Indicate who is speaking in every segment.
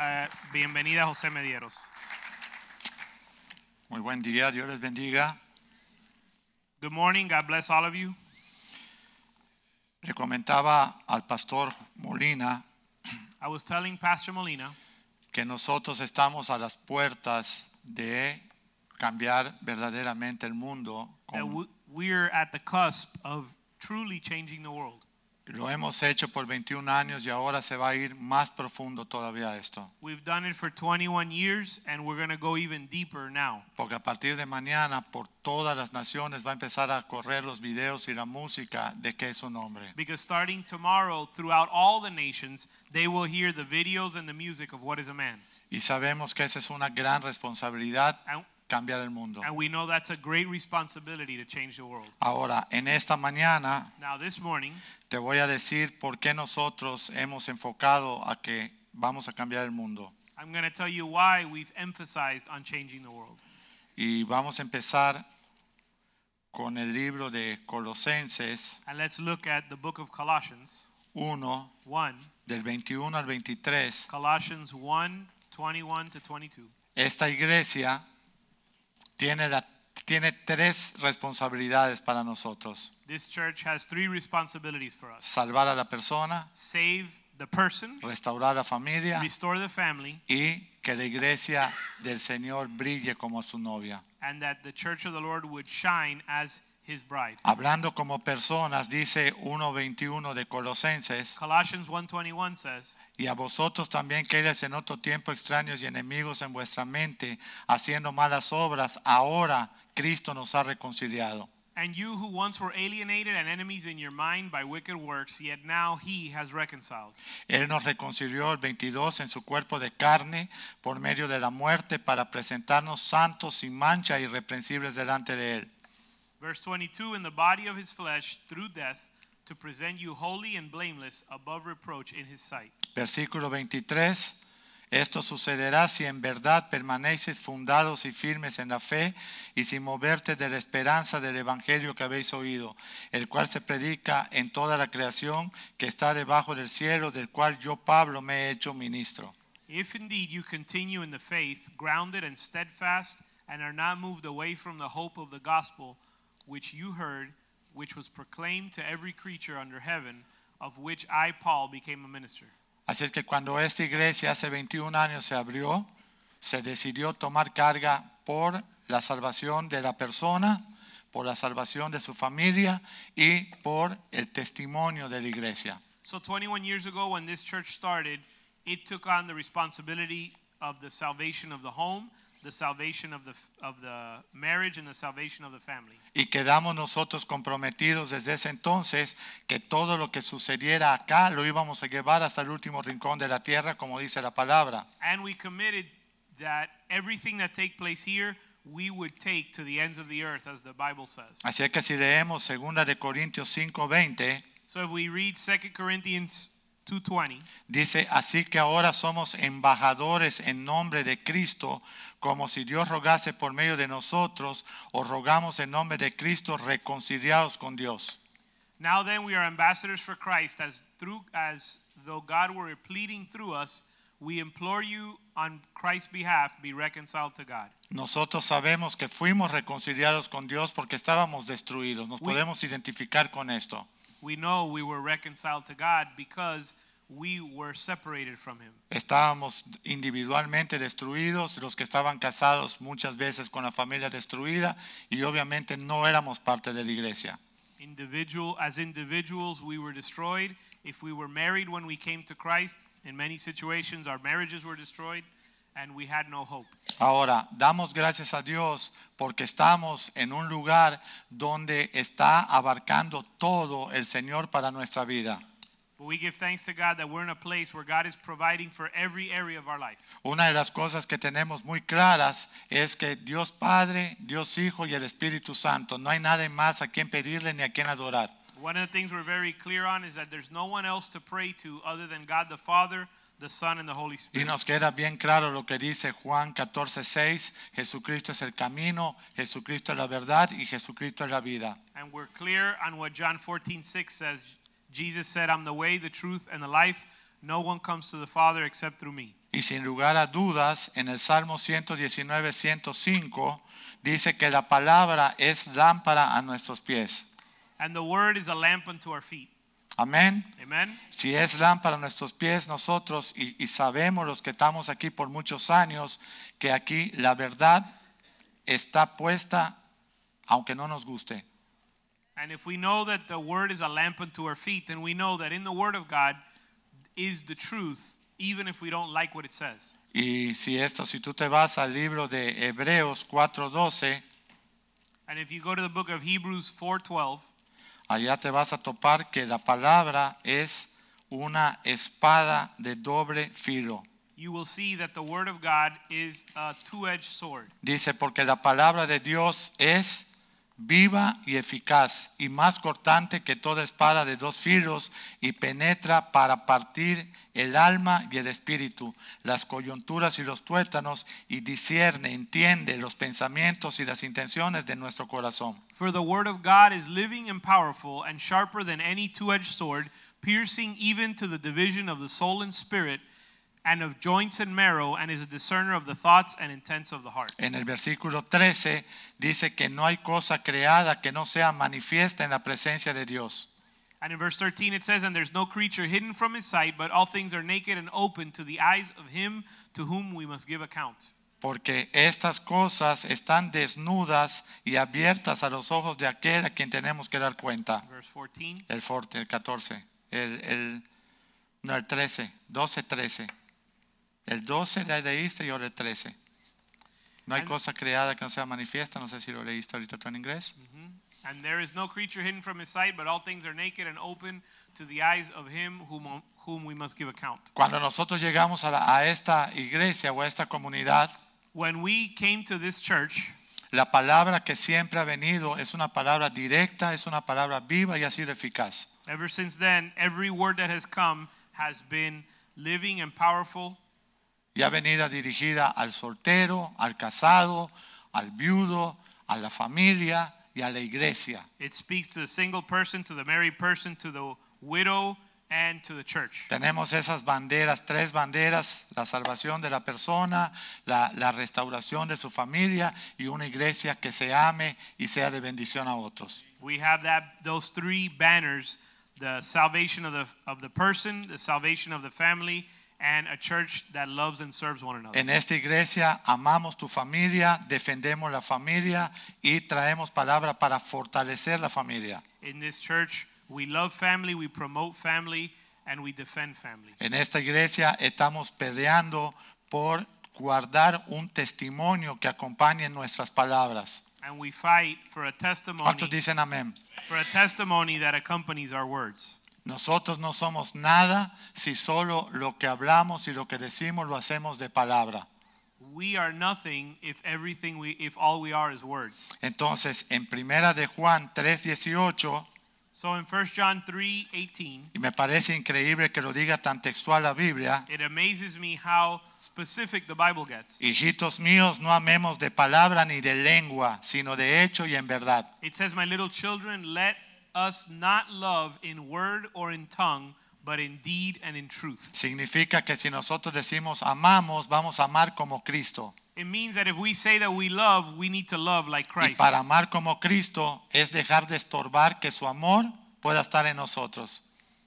Speaker 1: eh, bienvenida a José Medieros.
Speaker 2: Muy buen día, Dios les bendiga.
Speaker 1: Good morning, God bless all of you.
Speaker 2: Le comentaba al pastor Molina
Speaker 1: I was telling Pastor Molina
Speaker 2: que nosotros estamos a las puertas de cambiar verdaderamente el mundo. con-
Speaker 1: that we- we're at the cusp of truly changing the world.
Speaker 2: lo hemos hecho por 21 años y ahora se va a ir más profundo todavía esto.
Speaker 1: We've done it for 21 years and we're going to go even deeper now.
Speaker 2: Porque a partir de mañana por todas las naciones va a empezar a correr los videos y la música de que es su nombre.
Speaker 1: Because starting tomorrow, throughout all the nations, they will hear the videos and the music of What is a Man.
Speaker 2: Y sabemos que esa es una gran responsabilidad,
Speaker 1: And,
Speaker 2: cambiar el mundo.
Speaker 1: and we know that's a great responsibility to change the world.
Speaker 2: Ahora, en esta mañana
Speaker 1: Now, this morning,
Speaker 2: Te voy a decir por qué nosotros hemos enfocado a que vamos a cambiar el mundo.
Speaker 1: I'm going to tell you why we've emphasized on changing the world.
Speaker 2: Y vamos a empezar con el libro de Colosenses
Speaker 1: And let's look at the book of Colossians
Speaker 2: 1,
Speaker 1: 1,
Speaker 2: del 21 al 23.
Speaker 1: Colossians 1, 21 to 22.
Speaker 2: Esta iglesia tiene, la- tiene tres responsabilidades para nosotros.
Speaker 1: This church has three responsibilities for us
Speaker 2: Salvar a la persona,
Speaker 1: save the person,
Speaker 2: restaurar a la familia
Speaker 1: restore the family,
Speaker 2: y que la iglesia del Señor brille como su novia.
Speaker 1: and that the church of the Lord would shine as his bride.
Speaker 2: Hablando como personas, dice 1.21 de Colosenses,
Speaker 1: Colossians 1:21 says,
Speaker 2: Y a vosotros también que eres en otro tiempo extraños y enemigos en vuestra mente, haciendo malas obras, ahora Cristo nos ha reconciliado.
Speaker 1: "And you who once were alienated and enemies in your mind by wicked works, yet now he has reconciled
Speaker 2: Él nos reconcilió el 22 en su cuerpo de carne por medio de la muerte para presentarnos santos sin mancha y irreprensibles delante de Él.
Speaker 1: Verse 22 In the body of his flesh through death to present you holy and blameless above reproach in his sight.
Speaker 2: Versículo 23. Esto sucederá si en verdad permaneces fundados y firmes en la fe y sin moverte de la esperanza del Evangelio que habéis oído, el cual se predica en toda la creación que está debajo del cielo, del cual yo, Pablo, me he hecho ministro.
Speaker 1: If indeed you continue in the faith, grounded and steadfast, and are not moved away from the hope of the gospel which you heard, which was proclaimed to every creature under heaven, of which I, Paul, became a minister.
Speaker 2: Así es que cuando esta iglesia hace 21 años se abrió, se decidió tomar carga por la salvación de la persona, por la salvación de su familia y por el testimonio de la iglesia.
Speaker 1: So, 21 years ago, when this church started, it took on the responsibility of the salvation of the home, the salvation of the, of the marriage, and the salvation of the family.
Speaker 2: Y quedamos nosotros comprometidos desde ese entonces que todo lo que sucediera acá lo íbamos a llevar hasta el último rincón de la tierra, como dice la palabra.
Speaker 1: And we committed that everything that take place here, we would take to the ends of the earth, as the Bible says.
Speaker 2: Así es que si leemos 2 de Corintios 5:20,
Speaker 1: So if we read 2 Corinthians 2:20,
Speaker 2: dice, así que ahora somos embajadores en nombre de Cristo, como si Dios rogase por medio de nosotros, o rogamos en nombre de Cristo reconciliados con Dios.
Speaker 1: now then we are ambassadors for Christ as through as though God were pleading through us, we implore you on Christ's behalf be reconciled to God.
Speaker 2: Nosotros sabemos que fuimos reconciliados con Dios porque estábamos destruidos. Nos
Speaker 1: We-
Speaker 2: podemos identificar con esto.
Speaker 1: We know we were reconciled to God because we were separated from him.
Speaker 2: Estábamos individualmente destruidos, los que estaban casados muchas veces con la familia destruida y obviamente no éramos parte de la iglesia.
Speaker 1: Individual as individuals we were destroyed. If we were married when we came to Christ, in many situations our marriages were destroyed and we had no hope.
Speaker 2: Ahora, damos gracias a Dios porque estamos en un lugar donde está abarcando todo el Señor para nuestra vida.
Speaker 1: But But we give thanks to God that we're in a place where God is providing for every area of our life.
Speaker 2: Una de las cosas que tenemos muy claras es que Dios Padre, Dios Hijo y el Espíritu Santo, no hay nada más a quien pedirle ni a quien adorar.
Speaker 1: One of the things we're very clear on is that there's no one else to pray to other than God the Father, the Son, and the Holy
Speaker 2: Y
Speaker 1: Spirit.
Speaker 2: nos queda bien claro lo que dice Juan 14:6, Jesucristo es el camino, Jesucristo es la verdad y Jesucristo es la vida.
Speaker 1: And we're clear on what John 14:6 says. Jesus said, I'm the way, the truth, and the life. No one comes to the Father except through me.
Speaker 2: Y sin lugar a dudas, en el Salmo 119, 105, dice que la palabra es lámpara a nuestros pies.
Speaker 1: And the word is a lamp unto our feet.
Speaker 2: Amén.
Speaker 1: Amen.
Speaker 2: Si es lámpara a nuestros pies, nosotros, y, y sabemos los que estamos aquí por muchos años, que aquí la verdad está puesta, aunque no nos guste.
Speaker 1: And if we know that the word is a lamp unto our feet, then we know that in the word of God is the truth, even if we don't like what it says.
Speaker 2: Y si esto, si tú te vas al libro de Hebreos 4:12,
Speaker 1: And if you go to the book of Hebrews 4:12,
Speaker 2: allá te vas a topar que la palabra es una espada de doble filo.
Speaker 1: you will see that the word of God is a two-edged sword.
Speaker 2: Dice, porque la palabra de Dios es viva y eficaz y más cortante que toda espada de dos filos y penetra para partir el alma y el espíritu, las coyunturas y los tuétanos y discierne, entiende los pensamientos y las intenciones de nuestro corazón.
Speaker 1: For the word of God is living and powerful and sharper than any two-edged sword, piercing even to the division of the soul and spirit and of joints and marrow and is a discerner of the thoughts and intents of the heart.
Speaker 2: En el versículo 13 dice que no hay cosa creada que no sea manifiesta en la presencia de Dios.
Speaker 1: And in verse 13 it says, And there's no creature hidden from his sight, but all things are naked and open to the eyes of him to whom we must give account.
Speaker 2: Porque estas cosas están desnudas y abiertas a los ojos de aquel a quien tenemos que dar cuenta.
Speaker 1: Verse 14.
Speaker 2: El forte, el 14, el, el- no, el 13, 12, 13. El 12 la leíste y ahora el 13. No hay
Speaker 1: And-
Speaker 2: cosa creada que no sea manifiesta. No sé si lo leíste ahorita tú en inglés.
Speaker 1: And there is no creature hidden from his sight, but all things are naked and open to the eyes of him whom, whom we must give account.
Speaker 2: Cuando nosotros llegamos a, la- a esta iglesia o a esta comunidad,
Speaker 1: When we came to this church,
Speaker 2: la palabra que siempre ha venido es una palabra directa, es una palabra viva y ha sido eficaz.
Speaker 1: ever since then, every word that has come has been living and powerful,
Speaker 2: Ya venida dirigida al soltero, al casado, al viudo, a la familia y a la iglesia.
Speaker 1: It speaks to the single person, to the married person, to the widow, and to the church.
Speaker 2: Tenemos esas banderas, tres banderas, la salvación de la persona, la, la restauración de su familia y una iglesia que se ame y sea de bendición a otros.
Speaker 1: We have that those three banners: the salvation of the of the person, the salvation of the family, and a church that loves and serves one another.
Speaker 2: En esta iglesia amamos tu familia, defendemos la familia y traemos palabra para fortalecer la familia.
Speaker 1: In this church, we love family, we promote family, and we defend family.
Speaker 2: En esta iglesia estamos peleando por guardar un testimonio que acompañe nuestras palabras.
Speaker 1: And we fight for a testimony
Speaker 2: ¿Cuántos dicen amén?
Speaker 1: for a testimony that accompanies our words.
Speaker 2: Nosotros no somos nada si solo lo que hablamos y lo que decimos lo hacemos de palabra.
Speaker 1: We are nothing if everything we if all we are is words.
Speaker 2: Entonces, en primera de Juan 3:18,
Speaker 1: So in 1 John 3:18,
Speaker 2: y me parece increíble que lo diga tan textual la Biblia,
Speaker 1: it amazes me how specific the Bible gets.
Speaker 2: hijitos míos, no amemos de palabra ni de lengua, sino de hecho y en verdad.
Speaker 1: It says, My little children, let us not love in word or in tongue, but in deed and in truth.
Speaker 2: Significa que si nosotros decimos amamos, vamos a amar como Cristo.
Speaker 1: It means that if we say that we love, we need to love like
Speaker 2: Y
Speaker 1: Christ.
Speaker 2: para amar como Cristo es dejar de estorbar que su amor pueda estar en nosotros.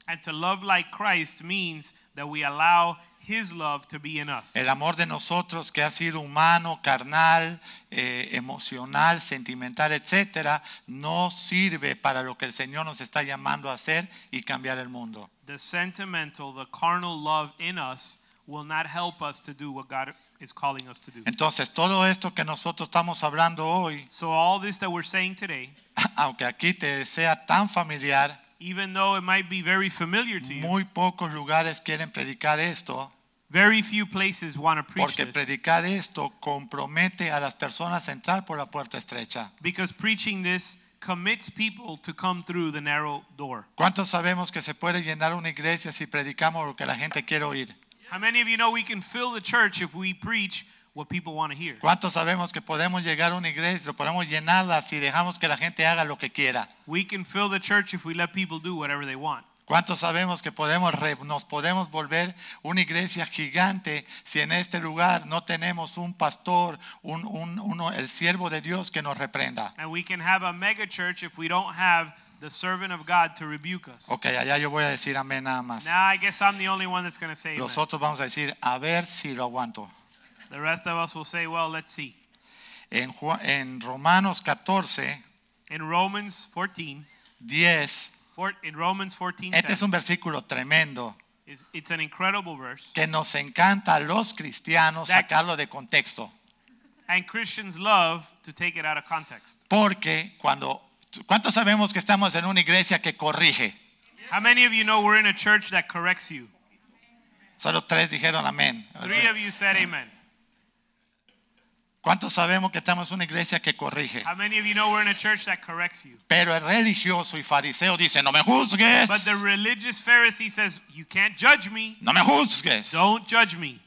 Speaker 1: And to love like Christ means that we allow his love to be in us.
Speaker 2: El amor de nosotros que ha sido humano, carnal, eh, emocional, sentimental, etcétera, no sirve para lo que el Señor nos está llamando a hacer y cambiar el mundo.
Speaker 1: The sentimental, the carnal love in us will not help us to do what God is calling us to do.
Speaker 2: Entonces, todo esto que nosotros estamos hablando hoy,
Speaker 1: So, all this that we're saying today,
Speaker 2: aunque aquí te sea tan familiar,
Speaker 1: even though it might be very familiar to you.
Speaker 2: Muy pocos lugares quieren predicar esto,
Speaker 1: Very few places want to preach
Speaker 2: porque
Speaker 1: this
Speaker 2: predicar esto compromete a las personas a entrar por la puerta estrecha.
Speaker 1: because preaching this commits people to come through the narrow door.
Speaker 2: ¿Cuántos sabemos que se puede llenar una iglesia si predicamos lo que la gente quiere oír?
Speaker 1: How many of you know we can fill the church if we preach what people want to hear?
Speaker 2: ¿Cuántos sabemos que podemos llegar a una iglesia, podemos llenarla si dejamos que la gente haga lo que quiera?
Speaker 1: We can fill the church if we let people do whatever they want.
Speaker 2: ¿Cuántos sabemos que podemos re- nos podemos volver una iglesia gigante si en este lugar no tenemos un pastor, un, un- uno- el siervo de Dios que nos reprenda?
Speaker 1: And we can have a mega church if we don't have the servant of God to rebuke us.
Speaker 2: Ok, allá yo voy a decir amén nada más.
Speaker 1: Now I guess I'm the only one that's going to say amen.
Speaker 2: Los otros vamos a decir, a ver si lo aguanto.
Speaker 1: The rest of us will say, well, let's see.
Speaker 2: En, Ju- en Romanos 14,
Speaker 1: In Romans 14,
Speaker 2: 10,
Speaker 1: four, in Romans 14,
Speaker 2: este es un versículo tremendo
Speaker 1: is, it's an incredible verse.
Speaker 2: que nos encanta a los cristianos
Speaker 1: That-
Speaker 2: sacarlo de contexto.
Speaker 1: And Christians love to take it out of context.
Speaker 2: Porque cuando, ¿cuántos sabemos que estamos en una iglesia que corrige?
Speaker 1: How many of you know we're in a church that corrects you?
Speaker 2: Solo tres dijeron amén. O
Speaker 1: Three
Speaker 2: sea,
Speaker 1: of you said amen.
Speaker 2: ¿Cuántos sabemos que estamos en una iglesia que corrige?
Speaker 1: How many of you know we're in a church that corrects you?
Speaker 2: Pero el religioso y fariseo dice, no me juzgues,
Speaker 1: But the religious Pharisee says, you can't judge me.
Speaker 2: no me juzgues.
Speaker 1: Don't judge me.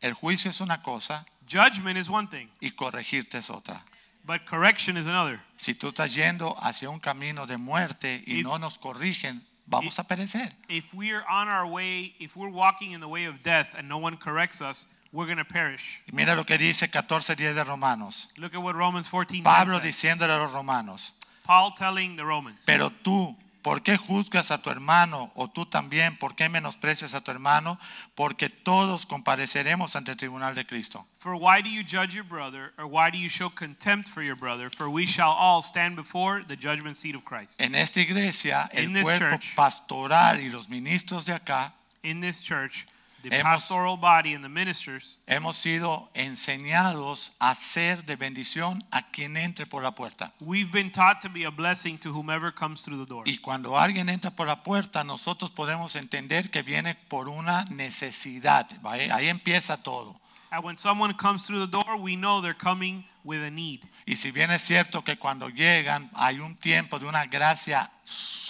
Speaker 2: El juicio es una cosa
Speaker 1: Judgment is one thing,
Speaker 2: y corregirte es otra.
Speaker 1: but correction is another.
Speaker 2: Si tú estás yendo hacia un camino de muerte y
Speaker 1: Y-
Speaker 2: no nos corrigen, vamos
Speaker 1: y-
Speaker 2: a perecer.
Speaker 1: If we're on our way, if we're walking in the way of death and no one corrects us, we're going to perish.
Speaker 2: Y mira lo que dice 14.10 de Romanos.
Speaker 1: Look at what Romans 14
Speaker 2: Pablo
Speaker 1: says.
Speaker 2: diciéndole a los romanos,
Speaker 1: Paul telling the Romans.
Speaker 2: Pero tú, ¿por qué juzgas a tu hermano? O tú también, ¿por qué menosprecias a tu hermano? Porque todos compareceremos ante el tribunal de Cristo.
Speaker 1: For why do you judge your brother, or why do you show contempt for your brother? For we shall all stand before the judgment seat of Christ.
Speaker 2: En esta iglesia, el
Speaker 1: In this
Speaker 2: cuerpo
Speaker 1: church.
Speaker 2: pastoral y los ministros de acá
Speaker 1: In this church, the
Speaker 2: Hemos-
Speaker 1: pastoral body and the ministers
Speaker 2: hemos sido enseñados a ser de bendición a quien entre por la puerta.
Speaker 1: We've been taught to be a blessing to whomever comes through the door.
Speaker 2: Y cuando alguien entra por la puerta, nosotros podemos entender que viene por una necesidad. Ahí ahí empieza todo.
Speaker 1: And when someone comes through the door, we know they're coming with a need.
Speaker 2: Y si bien es cierto que cuando llegan hay un tiempo de una gracia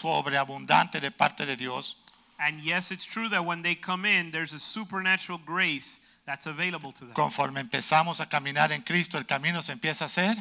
Speaker 2: sobreabundante de parte de Dios,
Speaker 1: And yes, it's true that when they come in, there's a supernatural grace that's available to them.
Speaker 2: conforme empezamos a caminar en Cristo, el camino se empieza a hacer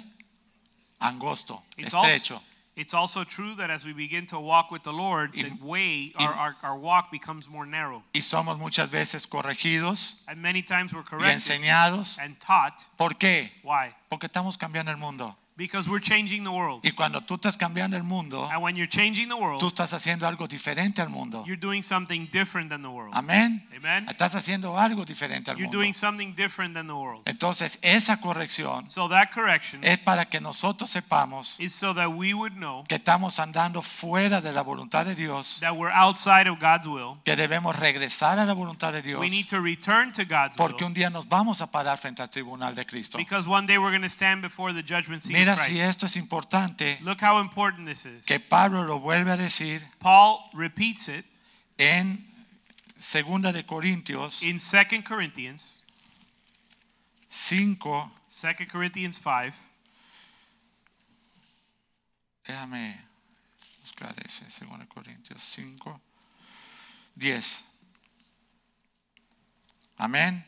Speaker 2: angosto,
Speaker 1: It's also,
Speaker 2: estrecho.
Speaker 1: it's also true that as we begin to walk with the Lord, the
Speaker 2: In-
Speaker 1: way, our, our, our walk becomes more narrow.
Speaker 2: Y somos muchas veces corregidos
Speaker 1: And many times we're
Speaker 2: y
Speaker 1: corrected
Speaker 2: enseñados.
Speaker 1: and taught.
Speaker 2: ¿Por qué?
Speaker 1: Why?
Speaker 2: Porque estamos cambiando el mundo.
Speaker 1: Because we're changing the world.
Speaker 2: Y cuando tú estás cambiando el mundo,
Speaker 1: And when you're changing the
Speaker 2: tú
Speaker 1: world,
Speaker 2: estás haciendo algo diferente al mundo.
Speaker 1: you're doing something different than the world.
Speaker 2: Amén.
Speaker 1: Amen.
Speaker 2: Estás haciendo algo diferente al
Speaker 1: You're
Speaker 2: mundo.
Speaker 1: doing something different than the world.
Speaker 2: Entonces, esa corrección
Speaker 1: So that correction
Speaker 2: es para que nosotros sepamos
Speaker 1: is so that we would know
Speaker 2: que estamos andando fuera de la voluntad de Dios,
Speaker 1: that we're outside of God's will.
Speaker 2: que debemos regresar a la voluntad de Dios,
Speaker 1: We need to return to God's
Speaker 2: porque
Speaker 1: will
Speaker 2: un día nos vamos a parar frente al tribunal de Cristo.
Speaker 1: because one day we're going to stand before the judgment seat
Speaker 2: Mira
Speaker 1: of
Speaker 2: si
Speaker 1: Christ.
Speaker 2: esto es importante,
Speaker 1: Look how important this is.
Speaker 2: que Pablo lo vuelve a decir
Speaker 1: Paul repeats it
Speaker 2: en Segunda de Corintios
Speaker 1: in 2 Corinthians,
Speaker 2: 5,
Speaker 1: 2 Corinthians 5.
Speaker 2: déjame buscar ese, Segunda de Corintios 5, 10. Amén.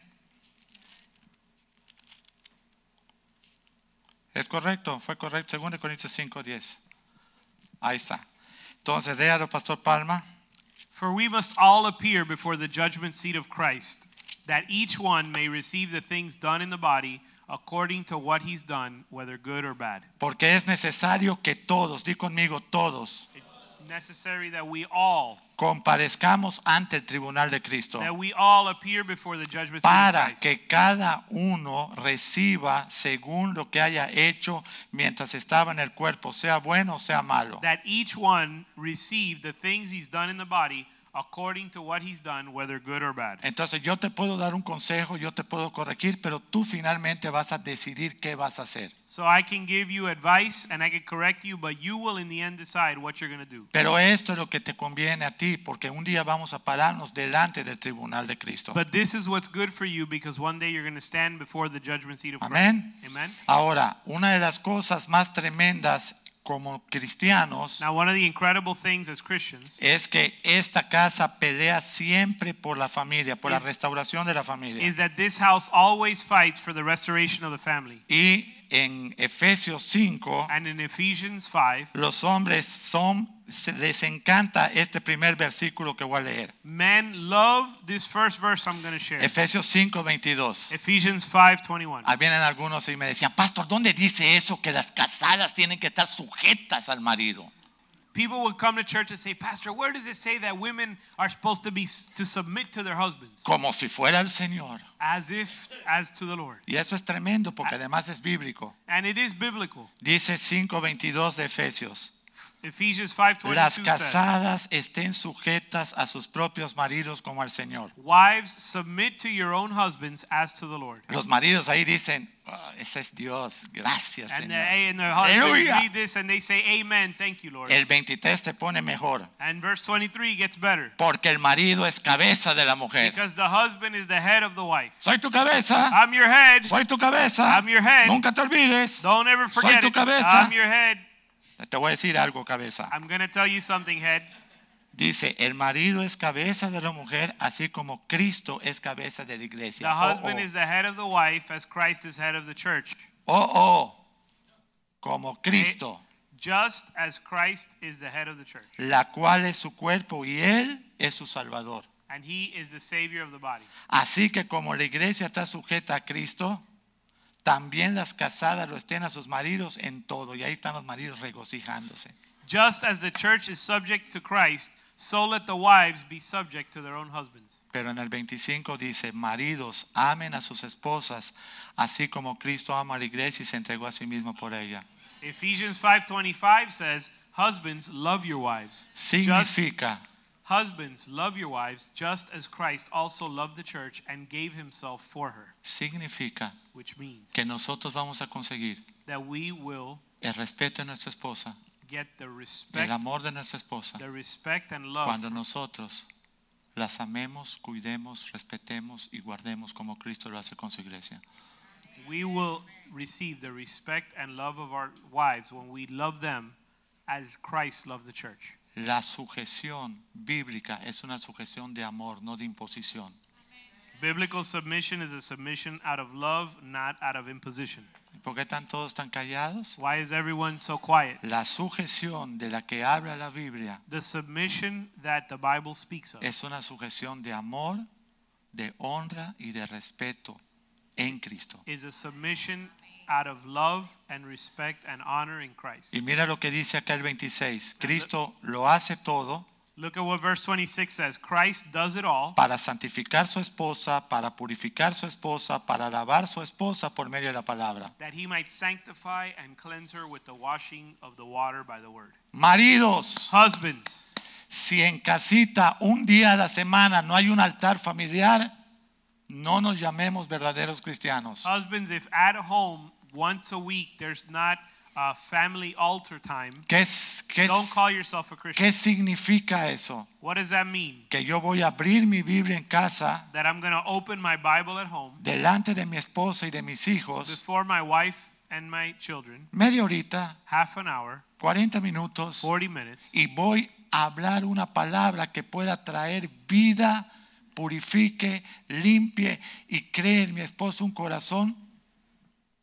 Speaker 2: Es correcto, fue correcto. Segundo de Corintios 5, 10. Ahí está. Entonces, léalo, Pastor Palma.
Speaker 1: For we must all appear before the judgment seat of Christ, that each one may receive the things done in the body according to what he's done, whether good or bad.
Speaker 2: Porque es necesario que todos, di conmigo, todos,
Speaker 1: necessary that we all
Speaker 2: comparezcamos ante el tribunal de Cristo.
Speaker 1: that we all appear before the judgment seat of
Speaker 2: Para
Speaker 1: Christ,
Speaker 2: que cada uno reciba según lo que haya hecho mientras estaba en el cuerpo, sea bueno o sea malo.
Speaker 1: that each one receive the things he's done in the body according to what he's done, whether good or bad.
Speaker 2: Entonces yo te puedo dar un consejo, yo te puedo corregir, pero tú finalmente vas a decidir qué vas a hacer.
Speaker 1: So I can give you advice and I can correct you, but you will in the end decide what you're going to do.
Speaker 2: Pero esto es lo que te conviene a ti, porque un día vamos a pararnos delante del tribunal de Cristo.
Speaker 1: But this is what's good for you because one day you're going to stand before the judgment seat of Christ.
Speaker 2: Amén.
Speaker 1: Amen.
Speaker 2: Ahora, una de las cosas más tremendas como cristianos
Speaker 1: Now, one of the incredible things as Christians
Speaker 2: es que esta casa pelea siempre por la familia, por la
Speaker 1: Is-
Speaker 2: restauración de la familia.
Speaker 1: is that this house always fights for the restoration of the family.
Speaker 2: y en Efesios 5,
Speaker 1: And in Ephesians 5,
Speaker 2: los hombres son, se- les encanta este primer versículo que voy a leer.
Speaker 1: men love this first verse I'm going to share.
Speaker 2: Efesios 5, 22.
Speaker 1: Ephesians 5:21.
Speaker 2: Ah, Vienen algunos y me decían, Pastor, ¿dónde dice eso que las casadas tienen que estar sujetas al marido?
Speaker 1: People would come to church and say, "Pastor, where does it say that women are supposed to be to submit to their husbands?"
Speaker 2: Como si fuera el Señor.
Speaker 1: As if as to the Lord.
Speaker 2: Y eso es tremendo porque además es bíblico.
Speaker 1: And it is biblical.
Speaker 2: Dice 5.22 de Efesios.
Speaker 1: Ephesians 5:22
Speaker 2: Las
Speaker 1: says,
Speaker 2: casadas estén sujetas a sus propios maridos como al Señor.
Speaker 1: "Wives, submit to your own husbands as to the Lord."
Speaker 2: Los maridos ahí dicen, "Ah, ese es Dios, gracias
Speaker 1: And the,
Speaker 2: Señor.
Speaker 1: and the husbands
Speaker 2: Aleluya.
Speaker 1: read this and they say, "Amen, thank you, Lord."
Speaker 2: El 23 te pone mejor,
Speaker 1: And verse 23 gets better
Speaker 2: porque el marido es cabeza de la mujer.
Speaker 1: because the husband is the head of the wife.
Speaker 2: Soy tu cabeza,
Speaker 1: I'm your head.
Speaker 2: soy tu cabeza,
Speaker 1: I'm your head.
Speaker 2: nunca te olvides.
Speaker 1: Don't ever
Speaker 2: Soy
Speaker 1: forget
Speaker 2: tu
Speaker 1: it.
Speaker 2: cabeza.
Speaker 1: I'm your head.
Speaker 2: Te voy a decir algo, cabeza.
Speaker 1: I'm going to tell you something, head.
Speaker 2: Dice, el marido es cabeza de la mujer, así como Cristo es cabeza de la iglesia.
Speaker 1: The
Speaker 2: Oh,
Speaker 1: husband
Speaker 2: oh.
Speaker 1: is the head of the wife as Christ is head of the church.
Speaker 2: Oh, oh,
Speaker 1: Eh.
Speaker 2: como Cristo,
Speaker 1: Just as Christ is the head of the church
Speaker 2: la cual es su cuerpo y él es su salvador.
Speaker 1: and he is the savior of the body.
Speaker 2: Así que como la iglesia está sujeta a Cristo, también las casadas lo estén a sus maridos en todo. Y ahí están los maridos regocijándose.
Speaker 1: Just as the church is subject to Christ, so let the wives be subject to their own husbands.
Speaker 2: Pero en el 25 dice, maridos, amen a sus esposas, así como Cristo ama a la iglesia y se entregó a sí mismo por ella.
Speaker 1: Ephesians 5:25 says, "Husbands, love your wives." Just
Speaker 2: Significa...
Speaker 1: husbands, love your wives just as Christ also loved the church and gave himself for her,
Speaker 2: significa
Speaker 1: which means
Speaker 2: que nosotros vamos a conseguir
Speaker 1: that we will
Speaker 2: el respeto de nuestra esposa,
Speaker 1: get the
Speaker 2: el
Speaker 1: respect
Speaker 2: amor de nuestra esposa,
Speaker 1: the respect and love
Speaker 2: cuando nosotros las amemos, cuidemos, respetemos y guardemos como Cristo lo hace con su iglesia.
Speaker 1: we will receive the respect and love of our wives when we love them as Christ loved the church.
Speaker 2: La sujeción bíblica es una sujeción de amor, no de imposición.
Speaker 1: Biblical submission is a submission out of love, not out of imposition.
Speaker 2: ¿Por qué están todos tan callados?
Speaker 1: Why is everyone so quiet?
Speaker 2: La sujeción de la que habla la Biblia
Speaker 1: The submission that the Bible speaks of
Speaker 2: es una sujeción de amor, de honra y de respeto en Cristo.
Speaker 1: is a submission out of love and respect and honor in Christ.
Speaker 2: Y mira lo que dice acá el 26. Cristo lo hace todo
Speaker 1: Look at what verse 26 says Christ does it all
Speaker 2: para santificar su esposa, para purificar su esposa, para lavar su esposa por medio de la palabra.
Speaker 1: that he might sanctify and cleanse her with the washing of the water by the word.
Speaker 2: Maridos,
Speaker 1: Husbands.
Speaker 2: si en casita un día a la semana no hay un altar familiar, no nos llamemos verdaderos cristianos.
Speaker 1: Husbands, if at home once a week there's not a family altar time,
Speaker 2: ¿Qué, es- qué es-
Speaker 1: don't call yourself a Christian.
Speaker 2: qué significa eso?
Speaker 1: What does that mean?
Speaker 2: Que yo voy a abrir mi Biblia en casa
Speaker 1: That I'm going to open my Bible at home
Speaker 2: delante de mi esposa y de mis hijos,
Speaker 1: before my wife and my children,
Speaker 2: media horita,
Speaker 1: half an hour,
Speaker 2: 40 minutos.
Speaker 1: 40 minutes,
Speaker 2: y voy a hablar una palabra que pueda traer vida, purifique, limpie y cree en mi esposo un corazón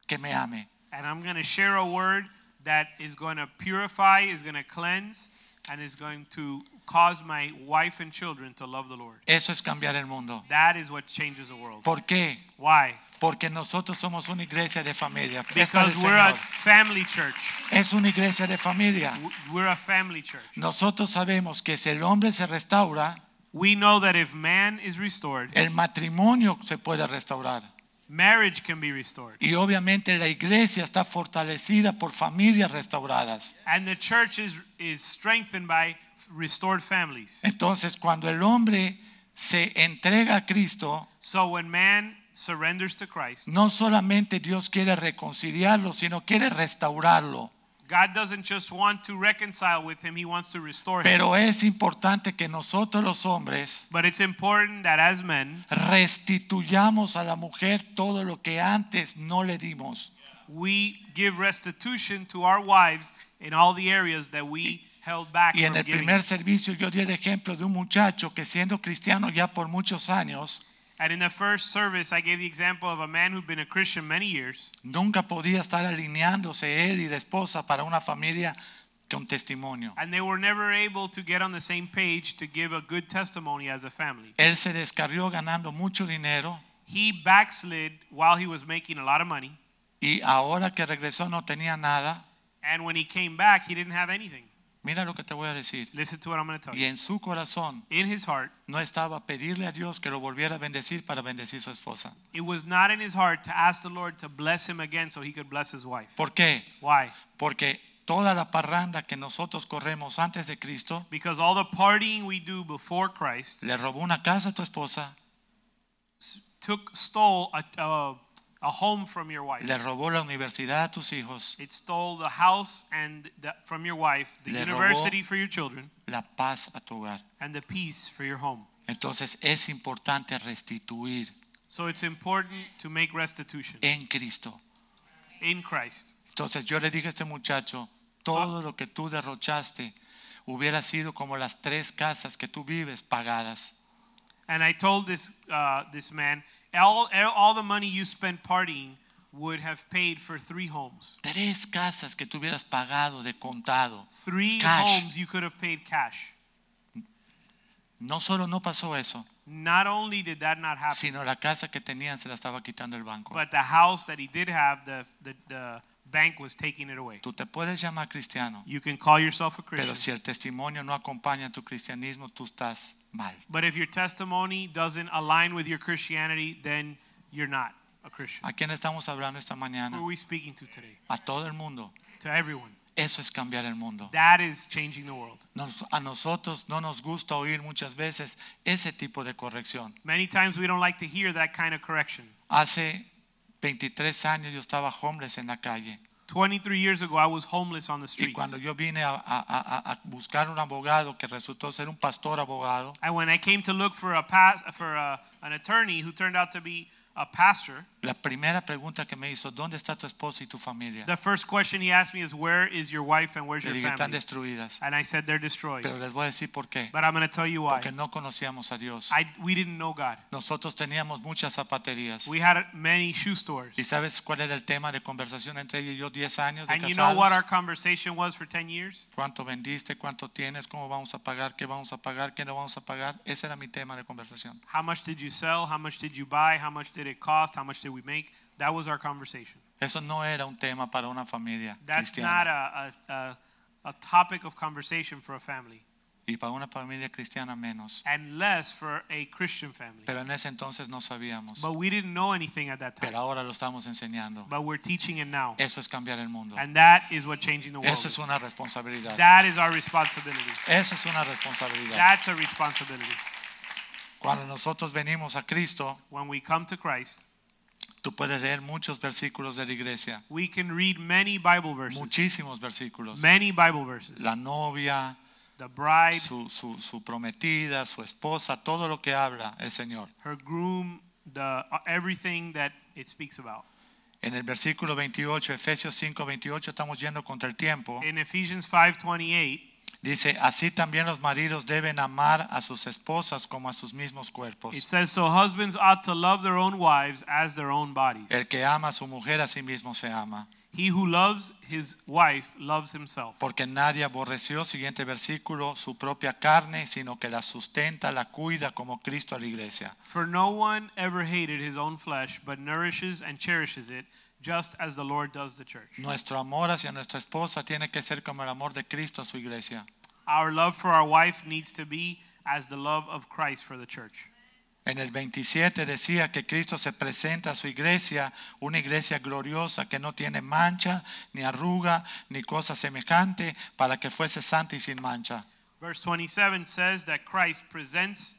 Speaker 2: que me ame.
Speaker 1: and I'm going to share a word that is going to purify, is going to cleanse, and is going to cause my wife and children to love the Lord.
Speaker 2: Eso es cambiar el mundo.
Speaker 1: That is what changes the world.
Speaker 2: ¿Por qué?
Speaker 1: Why?
Speaker 2: Porque nosotros somos una iglesia de familia. Es para el
Speaker 1: Because we're a
Speaker 2: Señor.
Speaker 1: family church.
Speaker 2: Es una iglesia de familia.
Speaker 1: W- We're a family church.
Speaker 2: Nosotros sabemos que si el hombre se restaura,
Speaker 1: We know that if man is restored,
Speaker 2: el matrimonio se puede restaurar.
Speaker 1: Marriage can be restored.
Speaker 2: Y obviamente la iglesia está fortalecida por familias restauradas.
Speaker 1: And the church is, is strengthened by restored families.
Speaker 2: Entonces, cuando el hombre se entrega a Cristo,
Speaker 1: So when man surrenders to Christ,
Speaker 2: no solamente Dios quiere reconciliarlo, sino quiere restaurarlo.
Speaker 1: God doesn't just want to reconcile with him, he wants to restore him.
Speaker 2: Pero es importante que nosotros los hombres
Speaker 1: But it's important that as men,
Speaker 2: restituyamos a la mujer todo lo que antes no le dimos.
Speaker 1: we give restitution to our wives in all the areas that we held back
Speaker 2: Y en
Speaker 1: from
Speaker 2: el
Speaker 1: giving.
Speaker 2: primer servicio yo di el ejemplo de un muchacho que siendo cristiano ya por muchos años,
Speaker 1: And in the first service, I gave the example of a man who'd been a Christian many years,
Speaker 2: nunca podía estar alineándose él y la esposa para una familia con testimonio.
Speaker 1: and they were never able to get on the same page to give a good testimony as a family.
Speaker 2: Él se descarrió ganando mucho dinero
Speaker 1: He backslid while he was making a lot of money,
Speaker 2: y ahora que regresó no tenía nada.
Speaker 1: and when he came back, he didn't have anything.
Speaker 2: Mira lo que te voy a decir.
Speaker 1: Listen to what I'm going to tell
Speaker 2: Y
Speaker 1: you.
Speaker 2: en su corazón
Speaker 1: In his heart,
Speaker 2: no estaba pedirle a Dios que lo volviera a bendecir para bendecir su esposa.
Speaker 1: it was not in his heart to ask the Lord to bless him again so he could bless his wife.
Speaker 2: ¿Por qué?
Speaker 1: Why?
Speaker 2: Porque toda la parranda que nosotros corremos antes de Cristo
Speaker 1: Because all the partying we do before Christ
Speaker 2: le robó una casa a tu esposa,
Speaker 1: s- took stole a, a, a home from your wife.
Speaker 2: le robó la universidad a tus hijos,
Speaker 1: It stole the house and the, from your wife, the
Speaker 2: Le robó-
Speaker 1: university for your children,
Speaker 2: la paz a tu hogar.
Speaker 1: and the peace for your home.
Speaker 2: Entonces es importante restituir
Speaker 1: So it's important to make restitution
Speaker 2: en Cristo.
Speaker 1: in Christ.
Speaker 2: Entonces yo le dije a este muchacho, todo lo que tú derrochaste hubiera sido como las tres casas que tú vives pagadas.
Speaker 1: And I told this uh, this man, all all the money you spent partying would have paid for three homes,
Speaker 2: Tres casas que tú hubieras pagado de contado.
Speaker 1: three
Speaker 2: Cash.
Speaker 1: homes you could have paid cash.
Speaker 2: No solo no pasó eso,
Speaker 1: Not only did that not happen,
Speaker 2: sino la casa que tenían se la estaba quitando el banco.
Speaker 1: but the house that he did have, the the, the bank was taking it away.
Speaker 2: Tú te puedes llamar cristiano,
Speaker 1: You can call yourself a Christian.
Speaker 2: pero si el testimonio no acompaña tu cristianismo, tú estás mal.
Speaker 1: But if your testimony doesn't align with your Christianity, then you're not a Christian.
Speaker 2: ¿A quién estamos hablando esta
Speaker 1: Who
Speaker 2: mañana?
Speaker 1: are we speaking to today?
Speaker 2: A todo el mundo.
Speaker 1: To everyone.
Speaker 2: Eso es cambiar el mundo.
Speaker 1: That is changing the world.
Speaker 2: Nos- a nosotros no nos gusta oír muchas veces ese tipo de corrección.
Speaker 1: Many times we don't like to hear that kind of correction.
Speaker 2: Hace 23 años yo estaba homeless en la calle
Speaker 1: 23 years ago, I was homeless on the
Speaker 2: y
Speaker 1: streets.
Speaker 2: cuando yo vine a, a- a- a buscar un abogado que resultó ser un pastor abogado,
Speaker 1: And when I came to look for a pas- for a, an attorney who turned out to be a pastor,
Speaker 2: la primera pregunta que me hizo, ¿dónde está tu esposa y tu familia?
Speaker 1: the first question he asked me is, "Where is your wife and where's
Speaker 2: Le
Speaker 1: your
Speaker 2: dije, están
Speaker 1: family?"
Speaker 2: destruidas.
Speaker 1: And I said, "They're destroyed."
Speaker 2: Pero les voy a decir por qué.
Speaker 1: But I'm going to tell you
Speaker 2: Porque
Speaker 1: why.
Speaker 2: no conocíamos a Dios.
Speaker 1: I, we didn't know God.
Speaker 2: Nosotros teníamos muchas zapaterías.
Speaker 1: We had many shoe stores.
Speaker 2: ¿Y sabes cuál era el tema de conversación entre ella y yo? 10 años de
Speaker 1: And you know what our
Speaker 2: casados.
Speaker 1: conversation was for 10 years?
Speaker 2: ¿Cuánto vendiste? ¿Cuánto tienes? ¿Cómo vamos a pagar? ¿Qué vamos a pagar? ¿Qué no vamos a pagar? Ese era mi tema de conversación.
Speaker 1: How much did you sell? How much did you buy? How much did it cost? How much did we make? That was our conversation.
Speaker 2: Eso no era un tema para una familia
Speaker 1: That's
Speaker 2: cristiana.
Speaker 1: not a, a, a, a topic of conversation for a family,
Speaker 2: Y para una familia cristiana menos.
Speaker 1: and less for a Christian family.
Speaker 2: Pero en ese entonces no sabíamos.
Speaker 1: But we didn't know anything at that
Speaker 2: Pero
Speaker 1: time.
Speaker 2: ahora lo estamos enseñando.
Speaker 1: But we're teaching it now.
Speaker 2: Eso es cambiar el mundo.
Speaker 1: And that is what changing the world
Speaker 2: Eso
Speaker 1: is.
Speaker 2: es una responsabilidad.
Speaker 1: That is our responsibility.
Speaker 2: Eso es una responsabilidad.
Speaker 1: That's a responsibility.
Speaker 2: Cuando nosotros venimos a Cristo,
Speaker 1: When we come to Christ,
Speaker 2: Tú puedes leer muchos versículos de la iglesia,
Speaker 1: we can read many Bible verses.
Speaker 2: muchísimos versículos.
Speaker 1: Many Bible verses.
Speaker 2: La novia,
Speaker 1: The bride,
Speaker 2: su, su- su prometida, su esposa, todo lo que habla el Señor.
Speaker 1: her groom, the uh, everything that it speaks about.
Speaker 2: En el versículo 28, Efesios 5, 28, estamos yendo contra el tiempo.
Speaker 1: In Ephesians 5:28,
Speaker 2: Dice, así también los maridos deben amar a sus esposas como a sus mismos
Speaker 1: it
Speaker 2: cuerpos.
Speaker 1: says, "So husbands ought to love their own wives as their own bodies.
Speaker 2: El que ama a su mujer a sí mismo se ama.
Speaker 1: He who loves his wife loves himself.
Speaker 2: Porque nadie aborreció, siguiente versículo, su propia carne, sino que la sustenta, la cuida como Cristo a la iglesia.
Speaker 1: For no one ever hated his own flesh, but nourishes and cherishes it, just as the Lord does the church."
Speaker 2: Nuestro amor hacia nuestra esposa tiene que ser como el amor de Cristo a su iglesia.
Speaker 1: Our love for our wife needs to be as the love of Christ for the church.
Speaker 2: En el 27 decía que Cristo se presenta a su iglesia, una iglesia gloriosa que no tiene mancha, ni arruga, ni cosa semejante, para que fuese santa y sin mancha.
Speaker 1: Verse 27 says that Christ presents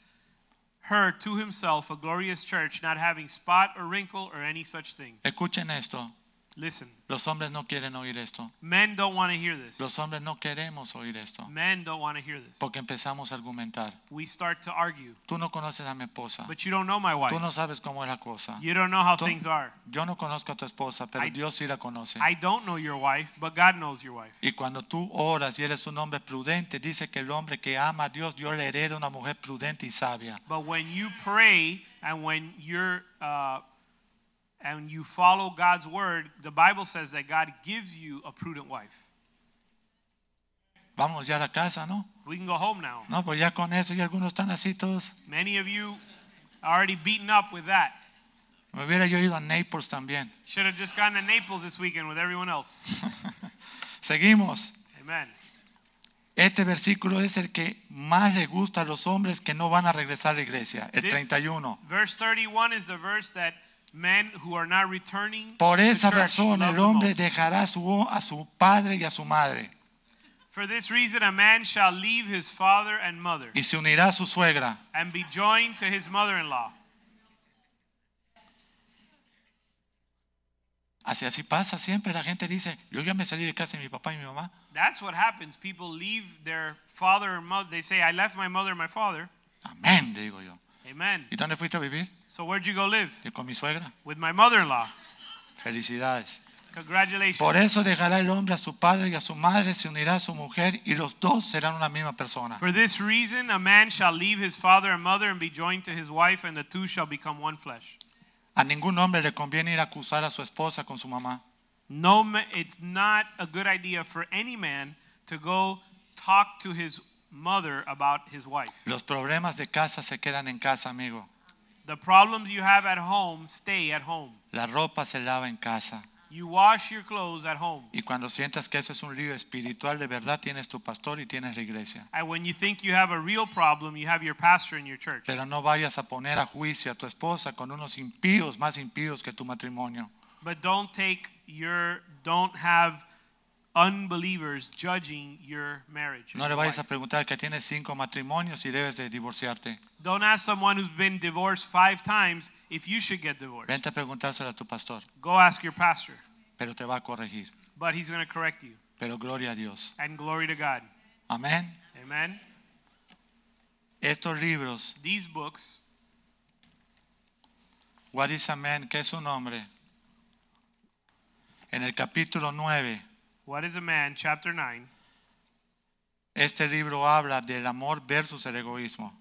Speaker 1: her to himself a glorious church, not having spot or wrinkle or any such thing.
Speaker 2: Escuchen esto,
Speaker 1: Listen,
Speaker 2: los hombres no quieren oír esto,
Speaker 1: men don't want to hear this.
Speaker 2: los hombres no queremos oír esto,
Speaker 1: Men don't want to hear this.
Speaker 2: porque empezamos a argumentar.
Speaker 1: We start to argue,
Speaker 2: Tú no conoces a mi esposa,
Speaker 1: but you don't know my
Speaker 2: tú
Speaker 1: wife.
Speaker 2: no sabes cómo es la cosa.
Speaker 1: You don't know how
Speaker 2: Tú-
Speaker 1: things are.
Speaker 2: Yo no conozco a tu esposa, pero
Speaker 1: I-
Speaker 2: Dios sí la conoce.
Speaker 1: I don't know your wife, but God knows your wife.
Speaker 2: Y cuando tú oras y eres un hombre prudente, dice que el hombre que ama a Dios, Dios le hereda una mujer prudente y sabia.
Speaker 1: But when you pray and when you're uh, and you follow God's word, the Bible says that God gives you a prudent wife.
Speaker 2: Vamos ya a la casa, ¿no?
Speaker 1: We can go home now.
Speaker 2: No, pues ya con eso, y algunos están así todos.
Speaker 1: Many of you are already beaten up with that.
Speaker 2: Me hubiera yo ido a Naples también.
Speaker 1: Should have just gone to Naples this weekend with everyone else.
Speaker 2: Seguimos.
Speaker 1: Amen.
Speaker 2: Este versículo es el que más le gusta a los hombres que no van a regresar a la iglesia, el
Speaker 1: This-
Speaker 2: 31.
Speaker 1: Verse 31 is the verse that men who are not returning
Speaker 2: Por
Speaker 1: to
Speaker 2: esa
Speaker 1: church
Speaker 2: razón
Speaker 1: love
Speaker 2: el
Speaker 1: the
Speaker 2: hombre
Speaker 1: most.
Speaker 2: dejará a su, a su padre y a su madre
Speaker 1: For this reason a man shall leave his father and mother
Speaker 2: y se unirá a su suegra
Speaker 1: and be joined to his mother-in-law.
Speaker 2: Así, así pasa siempre. La gente dice, yo ya me salí de casa de mi papá y mi mamá.
Speaker 1: That's what happens. People leave their father or mother. They say, I left my mother and my father.
Speaker 2: Amén, le digo yo.
Speaker 1: Amen.
Speaker 2: ¿Y dónde fuiste a vivir?
Speaker 1: So where'd you go live?
Speaker 2: Y con mi suegra.
Speaker 1: With my mother-in-law.
Speaker 2: Felicidades.
Speaker 1: Congratulations.
Speaker 2: Por eso dejará el hombre a su padre y a su madre, se unirá a su mujer y los dos serán una misma persona.
Speaker 1: For this reason a man shall leave his father and mother and be joined to his wife and the two shall become one flesh.
Speaker 2: A ningún hombre le conviene ir a acusar a su esposa con su mamá.
Speaker 1: No ma- it's not a good idea for any man to go talk to his mother about his wife.
Speaker 2: Los problemas de casa se quedan en casa, amigo.
Speaker 1: The problems you have at home stay at home.
Speaker 2: La ropa se lava en casa.
Speaker 1: You wash your clothes at home.
Speaker 2: Y cuando sientas que eso es un lío espiritual, de verdad tienes tu pastor y tienes la iglesia.
Speaker 1: And when you think you have a real problem, you have your pastor in your church.
Speaker 2: Pero no vayas a poner a juicio a tu esposa con unos impíos más impíos que tu matrimonio.
Speaker 1: But don't take your don't have unbelievers judging your marriage.
Speaker 2: No le
Speaker 1: your
Speaker 2: vayas a
Speaker 1: wife.
Speaker 2: preguntar que tienes cinco matrimonios y debes de divorciarte.
Speaker 1: Don't ask someone who's been divorced five times if you should get divorced.
Speaker 2: Vente a preguntárselo a tu pastor,
Speaker 1: Go ask your pastor,
Speaker 2: pero te va a corregir.
Speaker 1: but he's going to correct you.
Speaker 2: Pero gloria a Dios.
Speaker 1: And glory to God.
Speaker 2: Amén.
Speaker 1: Amen.
Speaker 2: Estos libros,
Speaker 1: These books,
Speaker 2: What is a Man, ¿qué es un hombre? En el capítulo 9,
Speaker 1: What is a Man, chapter 9,
Speaker 2: este libro habla del amor versus el egoísmo,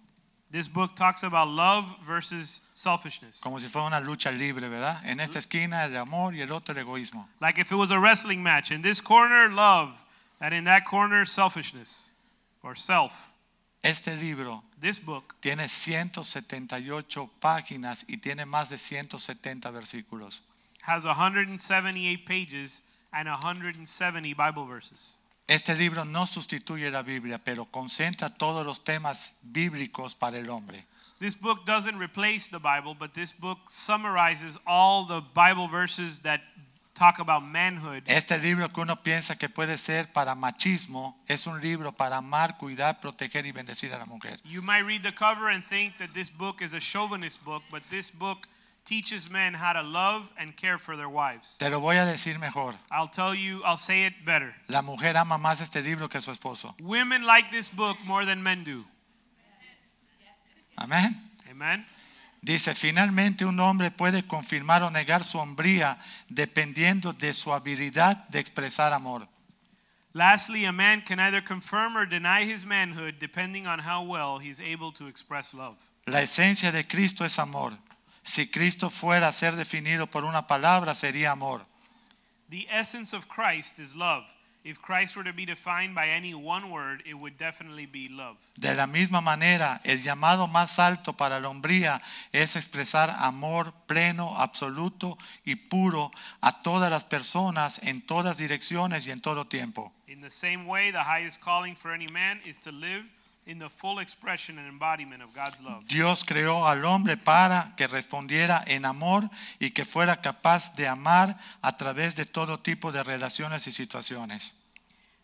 Speaker 1: this book talks about love versus selfishness.
Speaker 2: como si fuera una lucha libre, ¿verdad? En esta esquina el amor y el otro el egoísmo.
Speaker 1: Like if it was a wrestling match. In this corner, love, and in that corner, selfishness or self.
Speaker 2: Este libro
Speaker 1: This book
Speaker 2: tiene 178 páginas y tiene más de 170 versículos.
Speaker 1: has 178 pages and 170 Bible verses.
Speaker 2: Este libro no sustituye la Biblia, pero concentra todos los temas bíblicos para el hombre.
Speaker 1: This book doesn't replace the Bible, but this book summarizes all the Bible verses that talk about manhood.
Speaker 2: Este libro que uno piensa que puede ser para machismo es un libro para amar, cuidar, proteger y bendecir a la mujer.
Speaker 1: You might read the cover and think that this book is a chauvinist book, but this book teaches men how to love and care for their wives.
Speaker 2: Te lo voy a decir mejor.
Speaker 1: I'll tell you, I'll say it better.
Speaker 2: La mujer ama más este libro que su esposo.
Speaker 1: Women like this book more than men do.
Speaker 2: Amén.
Speaker 1: Amen.
Speaker 2: Dice, finalmente un hombre puede confirmar o negar su hombría dependiendo de su habilidad de expresar amor.
Speaker 1: Lastly, a man can either confirm or deny his manhood depending on how well he's able to express love.
Speaker 2: La esencia de Cristo es amor. Si Cristo fuera a ser definido por una palabra, sería amor.
Speaker 1: The essence of Christ is love. If Christ were to be defined by any one word, it would definitely be love.
Speaker 2: De la misma manera, el llamado más alto para la hombría es expresar amor pleno, absoluto y puro a todas las personas en todas direcciones y en todo tiempo.
Speaker 1: In the same way, the highest calling for any man is to live in the full expression and embodiment of God's love.
Speaker 2: Dios creó al hombre para que respondiera en amor y que fuera capaz de amar a través de todo tipo de relaciones y situaciones.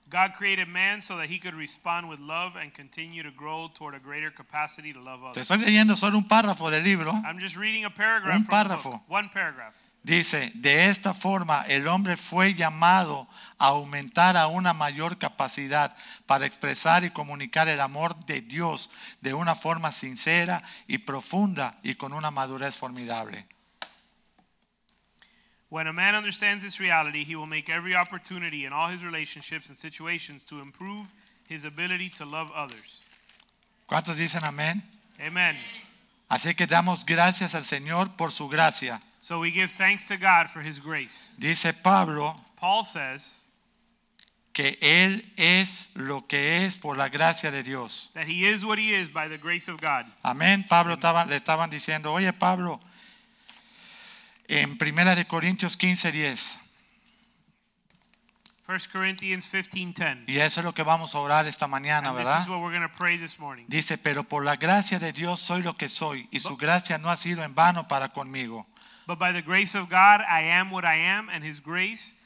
Speaker 1: God created man so that he could respond with love and continue to grow toward a greater capacity to love
Speaker 2: Te
Speaker 1: others.
Speaker 2: estoy leyendo solo un párrafo del libro.
Speaker 1: I'm just reading a paragraph
Speaker 2: Un
Speaker 1: from the
Speaker 2: párrafo.
Speaker 1: book. One paragraph.
Speaker 2: Dice, de esta forma el hombre fue llamado a aumentar a una mayor capacidad para expresar y comunicar el amor de Dios de una forma sincera y profunda y con una madurez formidable.
Speaker 1: When a man understands this reality, he will make every opportunity in all his relationships and situations to improve his ability to love others.
Speaker 2: ¿Cuántos dicen amén?
Speaker 1: Amen.
Speaker 2: Así que damos gracias al Señor por su gracia.
Speaker 1: So we give thanks to God for his grace.
Speaker 2: Dice Pablo
Speaker 1: Paul says
Speaker 2: que Él es lo que es por la gracia de Dios.
Speaker 1: that he is what he is by the grace of God.
Speaker 2: Amén. Pablo estaba- le estaban diciendo, oye Pablo, en 1 de Corintios 15, 10.
Speaker 1: 1 Corinthians 15:10.
Speaker 2: Y eso es lo que vamos a orar esta mañana,
Speaker 1: And this
Speaker 2: ¿verdad?
Speaker 1: is what we're going to pray this morning.
Speaker 2: Dice, pero por la gracia de Dios soy lo que soy y su gracia no ha sido en vano para conmigo.
Speaker 1: But by the grace of God, I am what I am, and his grace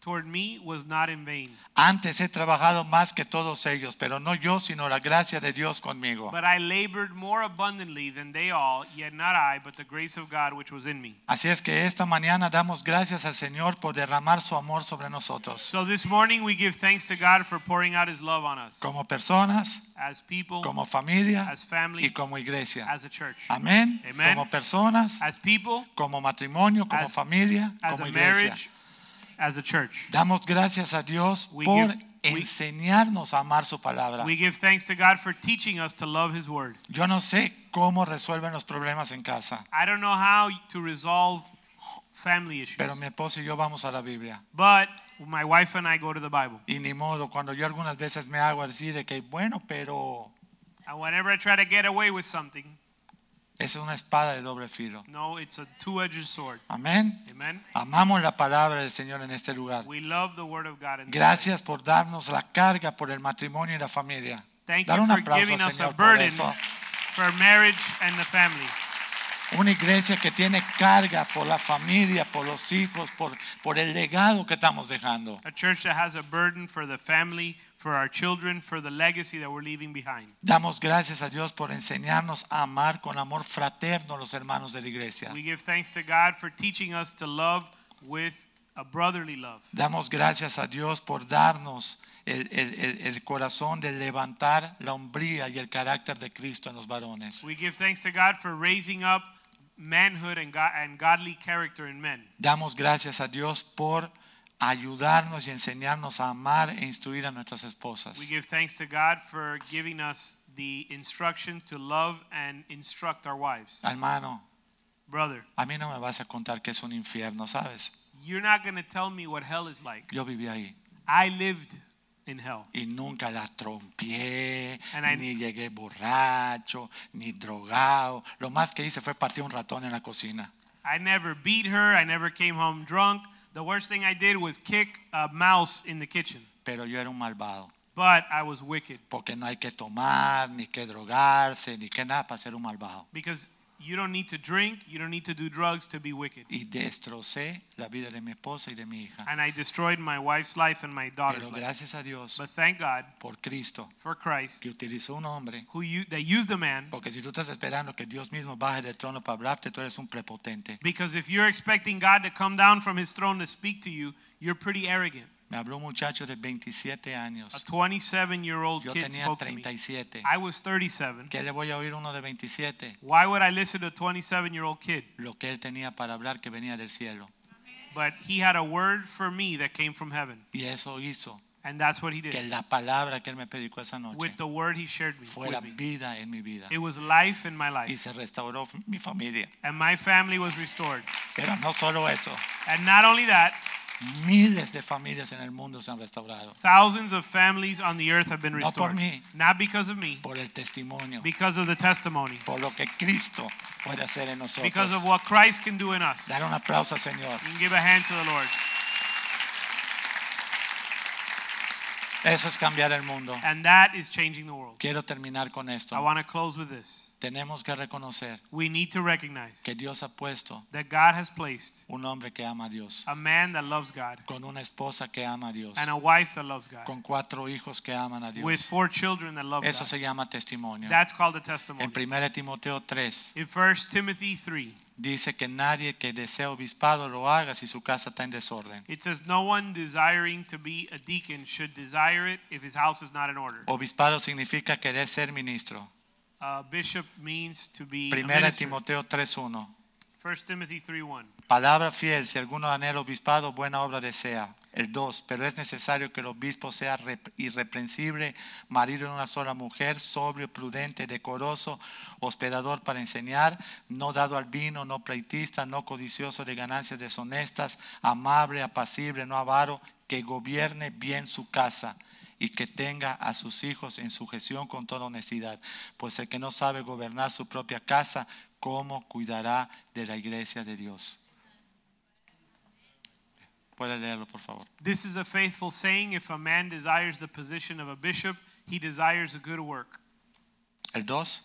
Speaker 1: toward me was not in vain.
Speaker 2: Antes he trabajado más que todos ellos, pero no yo, sino la gracia de Dios conmigo.
Speaker 1: But I labored more abundantly than they all, yet not I, but the grace of God which was in me.
Speaker 2: Así es que esta mañana damos gracias al Señor por derramar su amor sobre nosotros,
Speaker 1: So this morning we give thanks to God for pouring out his love on us
Speaker 2: como personas,
Speaker 1: as people,
Speaker 2: como familia
Speaker 1: as family,
Speaker 2: y como iglesia.
Speaker 1: as a church.
Speaker 2: Amén.
Speaker 1: Amen.
Speaker 2: Como personas,
Speaker 1: As people,
Speaker 2: como matrimonio, como
Speaker 1: As-
Speaker 2: familia,
Speaker 1: as
Speaker 2: como
Speaker 1: a
Speaker 2: iglesia.
Speaker 1: marriage, as a church.
Speaker 2: Damos gracias a Dios
Speaker 1: We
Speaker 2: por
Speaker 1: give- we-
Speaker 2: enseñarnos a amar su palabra.
Speaker 1: We give thanks to God for teaching us to love his word.
Speaker 2: Yo no sé cómo resuelven los problemas en casa,
Speaker 1: I don't know how to resolve family issues,
Speaker 2: pero mi esposo y yo vamos a la Biblia.
Speaker 1: but my wife and I go to the Bible.
Speaker 2: Y ni modo, cuando yo algunas veces me hago decir de que, bueno, pero
Speaker 1: And whenever I try to get away with something,
Speaker 2: es una espada de doble filo.
Speaker 1: no, it's a two-edged sword.
Speaker 2: Amén.
Speaker 1: Amen.
Speaker 2: Amamos la palabra del Señor en este lugar.
Speaker 1: We love the word of God. In this
Speaker 2: Gracias
Speaker 1: place.
Speaker 2: por darnos la carga por el matrimonio y la familia.
Speaker 1: Thank
Speaker 2: Dar
Speaker 1: you
Speaker 2: un
Speaker 1: for
Speaker 2: aplauso
Speaker 1: giving
Speaker 2: al
Speaker 1: us a
Speaker 2: Señor por
Speaker 1: burden
Speaker 2: eso.
Speaker 1: for marriage and the family.
Speaker 2: Una iglesia que tiene carga por la familia, por los hijos, por, por el legado que estamos dejando.
Speaker 1: A church that has a burden for the family, for our children, for the legacy that we're leaving behind.
Speaker 2: Damos gracias a Dios por enseñarnos a amar con amor fraterno a los hermanos de la iglesia.
Speaker 1: We give thanks to God for teaching us to love with a brotherly love.
Speaker 2: Damos gracias a Dios por darnos el, el- el- el corazón de levantar la hombría y el carácter de Cristo en los varones.
Speaker 1: We give thanks to God for raising up manhood and, go- and godly character in men.
Speaker 2: Damos gracias a Dios por ayudarnos y enseñarnos a amar e instruir a nuestras esposas.
Speaker 1: We give thanks to God for giving us the instruction to love and instruct our wives.
Speaker 2: Hermano,
Speaker 1: Brother,
Speaker 2: a mí no me vas a contar que es un infierno, ¿sabes?
Speaker 1: you're not going to tell me what hell is like.
Speaker 2: Yo viví ahí
Speaker 1: I lived in hell.
Speaker 2: y nunca la trompié,
Speaker 1: And I-
Speaker 2: ni llegué borracho, ni drogado. Lo más que hice fue patear un ratón en la cocina.
Speaker 1: I never beat her. I never came home drunk. The worst thing I did was kick a mouse in the kitchen.
Speaker 2: Pero yo era un malvado.
Speaker 1: But I was wicked
Speaker 2: porque no hay que tomar, ni que drogarse, ni que nada para ser un malvado.
Speaker 1: because you don't need to drink, you don't need to do drugs to be wicked.
Speaker 2: Y destrocé la vida de mi esposa y de mi hija.
Speaker 1: And I destroyed my wife's life and my daughter's
Speaker 2: Pero
Speaker 1: life.
Speaker 2: gracias a Dios
Speaker 1: But thank God
Speaker 2: por Cristo,
Speaker 1: for Christ
Speaker 2: que utilizó un hombre.
Speaker 1: who you, that used a man
Speaker 2: Porque si tú estás esperando que Dios mismo baje del trono para hablarte, tú eres un prepotente.
Speaker 1: because if you're expecting God to come down from his throne to speak to you, you're pretty arrogant.
Speaker 2: Me habló un muchacho de 27
Speaker 1: A
Speaker 2: años.
Speaker 1: 27-year-old
Speaker 2: Yo
Speaker 1: kid
Speaker 2: tenía
Speaker 1: spoke to me.
Speaker 2: 37.
Speaker 1: I was 37.
Speaker 2: ¿Qué le voy a oír a uno de 27?
Speaker 1: Why would I listen to a 27-year-old kid?
Speaker 2: Lo que él tenía para hablar que venía del cielo.
Speaker 1: But he had a word for me that came from heaven.
Speaker 2: Y eso hizo
Speaker 1: And that's what he
Speaker 2: que
Speaker 1: did.
Speaker 2: la palabra que él me predicó esa noche
Speaker 1: With the word he shared me,
Speaker 2: fuera
Speaker 1: with me.
Speaker 2: vida en mi vida.
Speaker 1: It was life in my
Speaker 2: Y
Speaker 1: life.
Speaker 2: se restauró mi familia.
Speaker 1: And my family was restored.
Speaker 2: Pero no solo eso,
Speaker 1: And not only that,
Speaker 2: miles de familias en el mundo se han restaurado
Speaker 1: thousands of families on the earth have been
Speaker 2: No
Speaker 1: restored.
Speaker 2: por mí.
Speaker 1: Not because of me,
Speaker 2: por el testimonio,
Speaker 1: because of the testimony,
Speaker 2: por lo que Cristo puede hacer en
Speaker 1: because of
Speaker 2: nosotros.
Speaker 1: what Christ can do in us.
Speaker 2: Dar un aplauso al Señor.
Speaker 1: You can give a hand to the Lord.
Speaker 2: Eso es cambiar el mundo.
Speaker 1: And that is changing the world.
Speaker 2: Quiero terminar con
Speaker 1: I
Speaker 2: esto.
Speaker 1: want to close with this.
Speaker 2: Tenemos que reconocer
Speaker 1: We need to recognize
Speaker 2: que Dios ha puesto
Speaker 1: that God has placed
Speaker 2: un hombre que ama a Dios,
Speaker 1: a man that loves God
Speaker 2: con una esposa que ama a Dios,
Speaker 1: and a wife that loves God
Speaker 2: con cuatro hijos que aman a
Speaker 1: with
Speaker 2: Dios.
Speaker 1: four children that love
Speaker 2: Eso
Speaker 1: God.
Speaker 2: se llama testimonio.
Speaker 1: That's called a
Speaker 2: En
Speaker 1: testimony.
Speaker 2: 1 Timoteo 3
Speaker 1: In 1 Timothy 3,
Speaker 2: dice que nadie que desea obispado lo haga si su casa está en desorden.
Speaker 1: it says, No one desiring to be a deacon should desire it if his house is not in order.
Speaker 2: Obispado significa querer ser ministro.
Speaker 1: Uh, bishop means to be. a
Speaker 2: 1
Speaker 1: minister.
Speaker 2: Timoteo 3:1.
Speaker 1: 1 Timothy 3 1.
Speaker 2: Palabra fiel, si alguno anhela obispado, buena obra desea. El 2, pero es necesario que el obispo sea rep- irreprensible, marido de una sola mujer, sobrio, prudente, decoroso, hospedador para enseñar, no dado al vino, no pleitista, no codicioso de ganancias deshonestas, amable, apacible, no avaro, que gobierne bien su casa y que tenga a sus hijos en sujeción con toda honestidad, pues el que no sabe gobernar su propia casa, ¿cómo cuidará de la iglesia de Dios? Puede leerlo, por favor.
Speaker 1: This is a faithful saying if a man desires the position of a bishop, he desires a good work.
Speaker 2: El 2.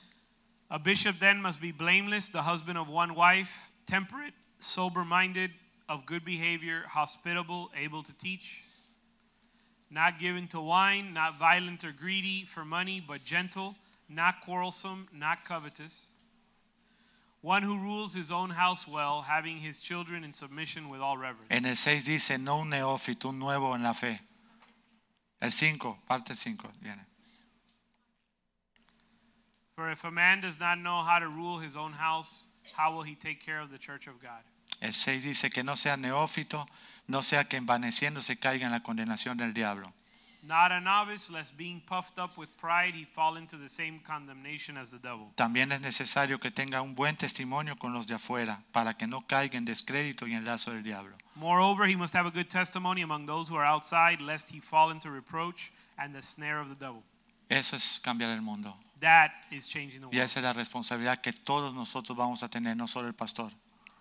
Speaker 1: A bishop then must be blameless, the husband of one wife, temperate, sober minded, of good behavior, hospitable, able to teach, not given to wine, not violent or greedy for money, but gentle, not quarrelsome, not covetous. One who rules his own house well, having his children in submission with all reverence.
Speaker 2: En el 6 dice, no un neófito, un nuevo en la fe. El 5, parte 5, viene.
Speaker 1: For if a man does not know how to rule his own house, how will he take care of the church of God?
Speaker 2: El 6 dice que no sea neófito, no sea que envaneciéndose caiga en la condenación del diablo.
Speaker 1: Not a novice, lest being puffed up with pride, he fall into the same condemnation as the devil.
Speaker 2: También es necesario que tenga un buen testimonio con los de afuera, para que no caiga en descrédito y en lazo del diablo.
Speaker 1: Moreover, he must have a good testimony among those who are outside, lest he fall into reproach and the snare of the devil.
Speaker 2: Eso es cambiar el mundo.
Speaker 1: That is changing the world.
Speaker 2: Y esa es la responsabilidad que todos nosotros vamos a tener, no solo el pastor.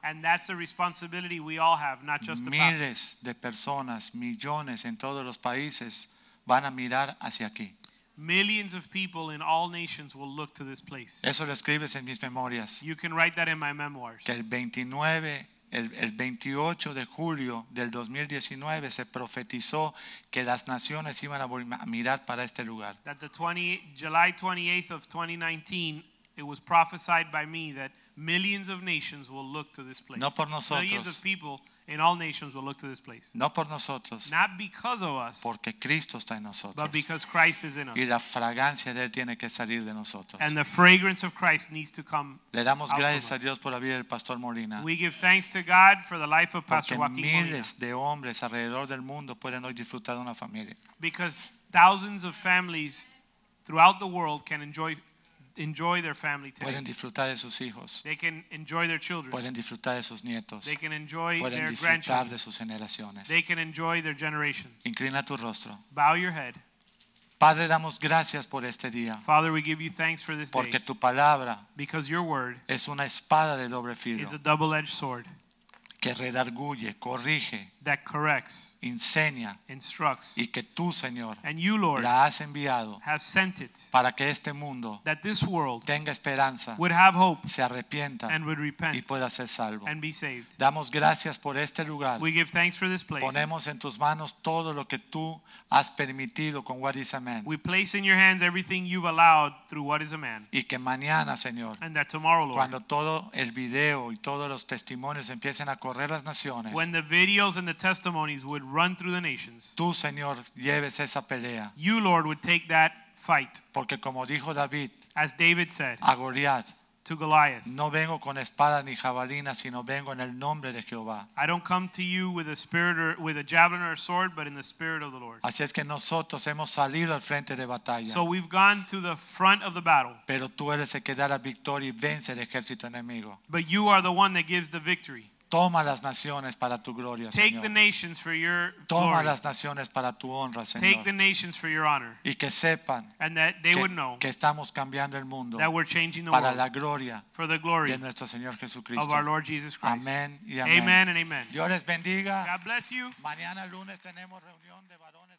Speaker 1: And that's a responsibility we all have, not just the pastor.
Speaker 2: Miles de personas, millones en todos los países van a mirar hacia aquí.
Speaker 1: Millions of people in all nations will look to this place.
Speaker 2: Eso lo escribes en mis memorias.
Speaker 1: You can write that in my memoirs.
Speaker 2: Que el 29, el, el 28 de julio del 2019 se profetizó que las naciones iban a volver a mirar para este lugar.
Speaker 1: that the 20, July 28th of 2019, it was prophesied by me that millions of nations will look to this place.
Speaker 2: No por
Speaker 1: Millions
Speaker 2: nosotros.
Speaker 1: of people in all nations will look to this place.
Speaker 2: No por nosotros,
Speaker 1: Not because of us,
Speaker 2: porque Cristo está en nosotros.
Speaker 1: but because Christ is in us.
Speaker 2: Y la fragancia de Él tiene que salir de nosotros.
Speaker 1: And the fragrance of Christ needs to come.
Speaker 2: Le damos
Speaker 1: out from
Speaker 2: gracias a
Speaker 1: us.
Speaker 2: Dios por la vida del pastor Molina.
Speaker 1: We give thanks to God for the life of Pastor
Speaker 2: Porque
Speaker 1: Joaquin Molina,
Speaker 2: miles de hombres alrededor del mundo pueden hoy disfrutar de una familia.
Speaker 1: because thousands of families throughout the world can enjoy enjoy their family today.
Speaker 2: Pueden disfrutar de sus hijos.
Speaker 1: They can enjoy their children.
Speaker 2: Pueden disfrutar de sus nietos.
Speaker 1: They can enjoy
Speaker 2: Pueden
Speaker 1: their
Speaker 2: disfrutar
Speaker 1: grandchildren.
Speaker 2: de sus generaciones.
Speaker 1: They can enjoy their generation.
Speaker 2: Inclina tu rostro.
Speaker 1: Bow your head.
Speaker 2: Padre, damos gracias por este día.
Speaker 1: Father, we give you thanks for this
Speaker 2: Porque
Speaker 1: day
Speaker 2: tu palabra
Speaker 1: because your word
Speaker 2: es una espada de doble filo
Speaker 1: is a double edged sword
Speaker 2: que redarguye, corrige,
Speaker 1: that corrects,
Speaker 2: enseña.
Speaker 1: instructs,
Speaker 2: Y que tú, Señor,
Speaker 1: and you, Lord,
Speaker 2: la has enviado
Speaker 1: have sent it
Speaker 2: para que este mundo
Speaker 1: that this world
Speaker 2: tenga esperanza,
Speaker 1: would have hope
Speaker 2: se arrepienta
Speaker 1: and would
Speaker 2: y
Speaker 1: repent
Speaker 2: pueda ser salvo.
Speaker 1: and be saved.
Speaker 2: Damos gracias por este lugar.
Speaker 1: We give thanks for this place.
Speaker 2: Ponemos en tus manos todo lo que tú has permitido con What is a Man.
Speaker 1: We place in your hands everything you've allowed through what is a man.
Speaker 2: Y que mañana, Señor,
Speaker 1: And that tomorrow, Lord,
Speaker 2: cuando todo el video y todos los testimonios empiecen a correr las naciones,
Speaker 1: when the videos and the testimonies would run through the nations,
Speaker 2: tú, Señor, lleves esa pelea.
Speaker 1: you, Lord, would take that fight.
Speaker 2: Porque como dijo David
Speaker 1: As David said
Speaker 2: a Goliat,
Speaker 1: to Goliath,
Speaker 2: no vengo con espada ni jabalina, sino vengo en el nombre de Jehová.
Speaker 1: I don't come to you with a spirit or with a javelin or a sword, but in the spirit of the Lord.
Speaker 2: Así es que nosotros hemos salido al frente de batalla.
Speaker 1: So we've gone to the front of the battle,
Speaker 2: pero tú eres el que da la victoria y vence el ejército enemigo.
Speaker 1: but you are the one that gives the victory.
Speaker 2: Toma las naciones para tu gloria,
Speaker 1: Take
Speaker 2: Señor.
Speaker 1: the nations for your
Speaker 2: Toma
Speaker 1: glory.
Speaker 2: las naciones para tu honra,
Speaker 1: Take the
Speaker 2: Señor.
Speaker 1: nations for your honor,
Speaker 2: Y que sepan
Speaker 1: and that they would
Speaker 2: que,
Speaker 1: know
Speaker 2: que estamos cambiando el mundo
Speaker 1: that we're changing the
Speaker 2: para la
Speaker 1: world
Speaker 2: gloria
Speaker 1: for the glory
Speaker 2: de nuestro Señor Jesucristo.
Speaker 1: of our Lord Jesus Christ.
Speaker 2: Amén y amén.
Speaker 1: Amen and amen.
Speaker 2: Dios les bendiga.
Speaker 1: God bless you.
Speaker 2: Mañana lunes tenemos reunión de varones.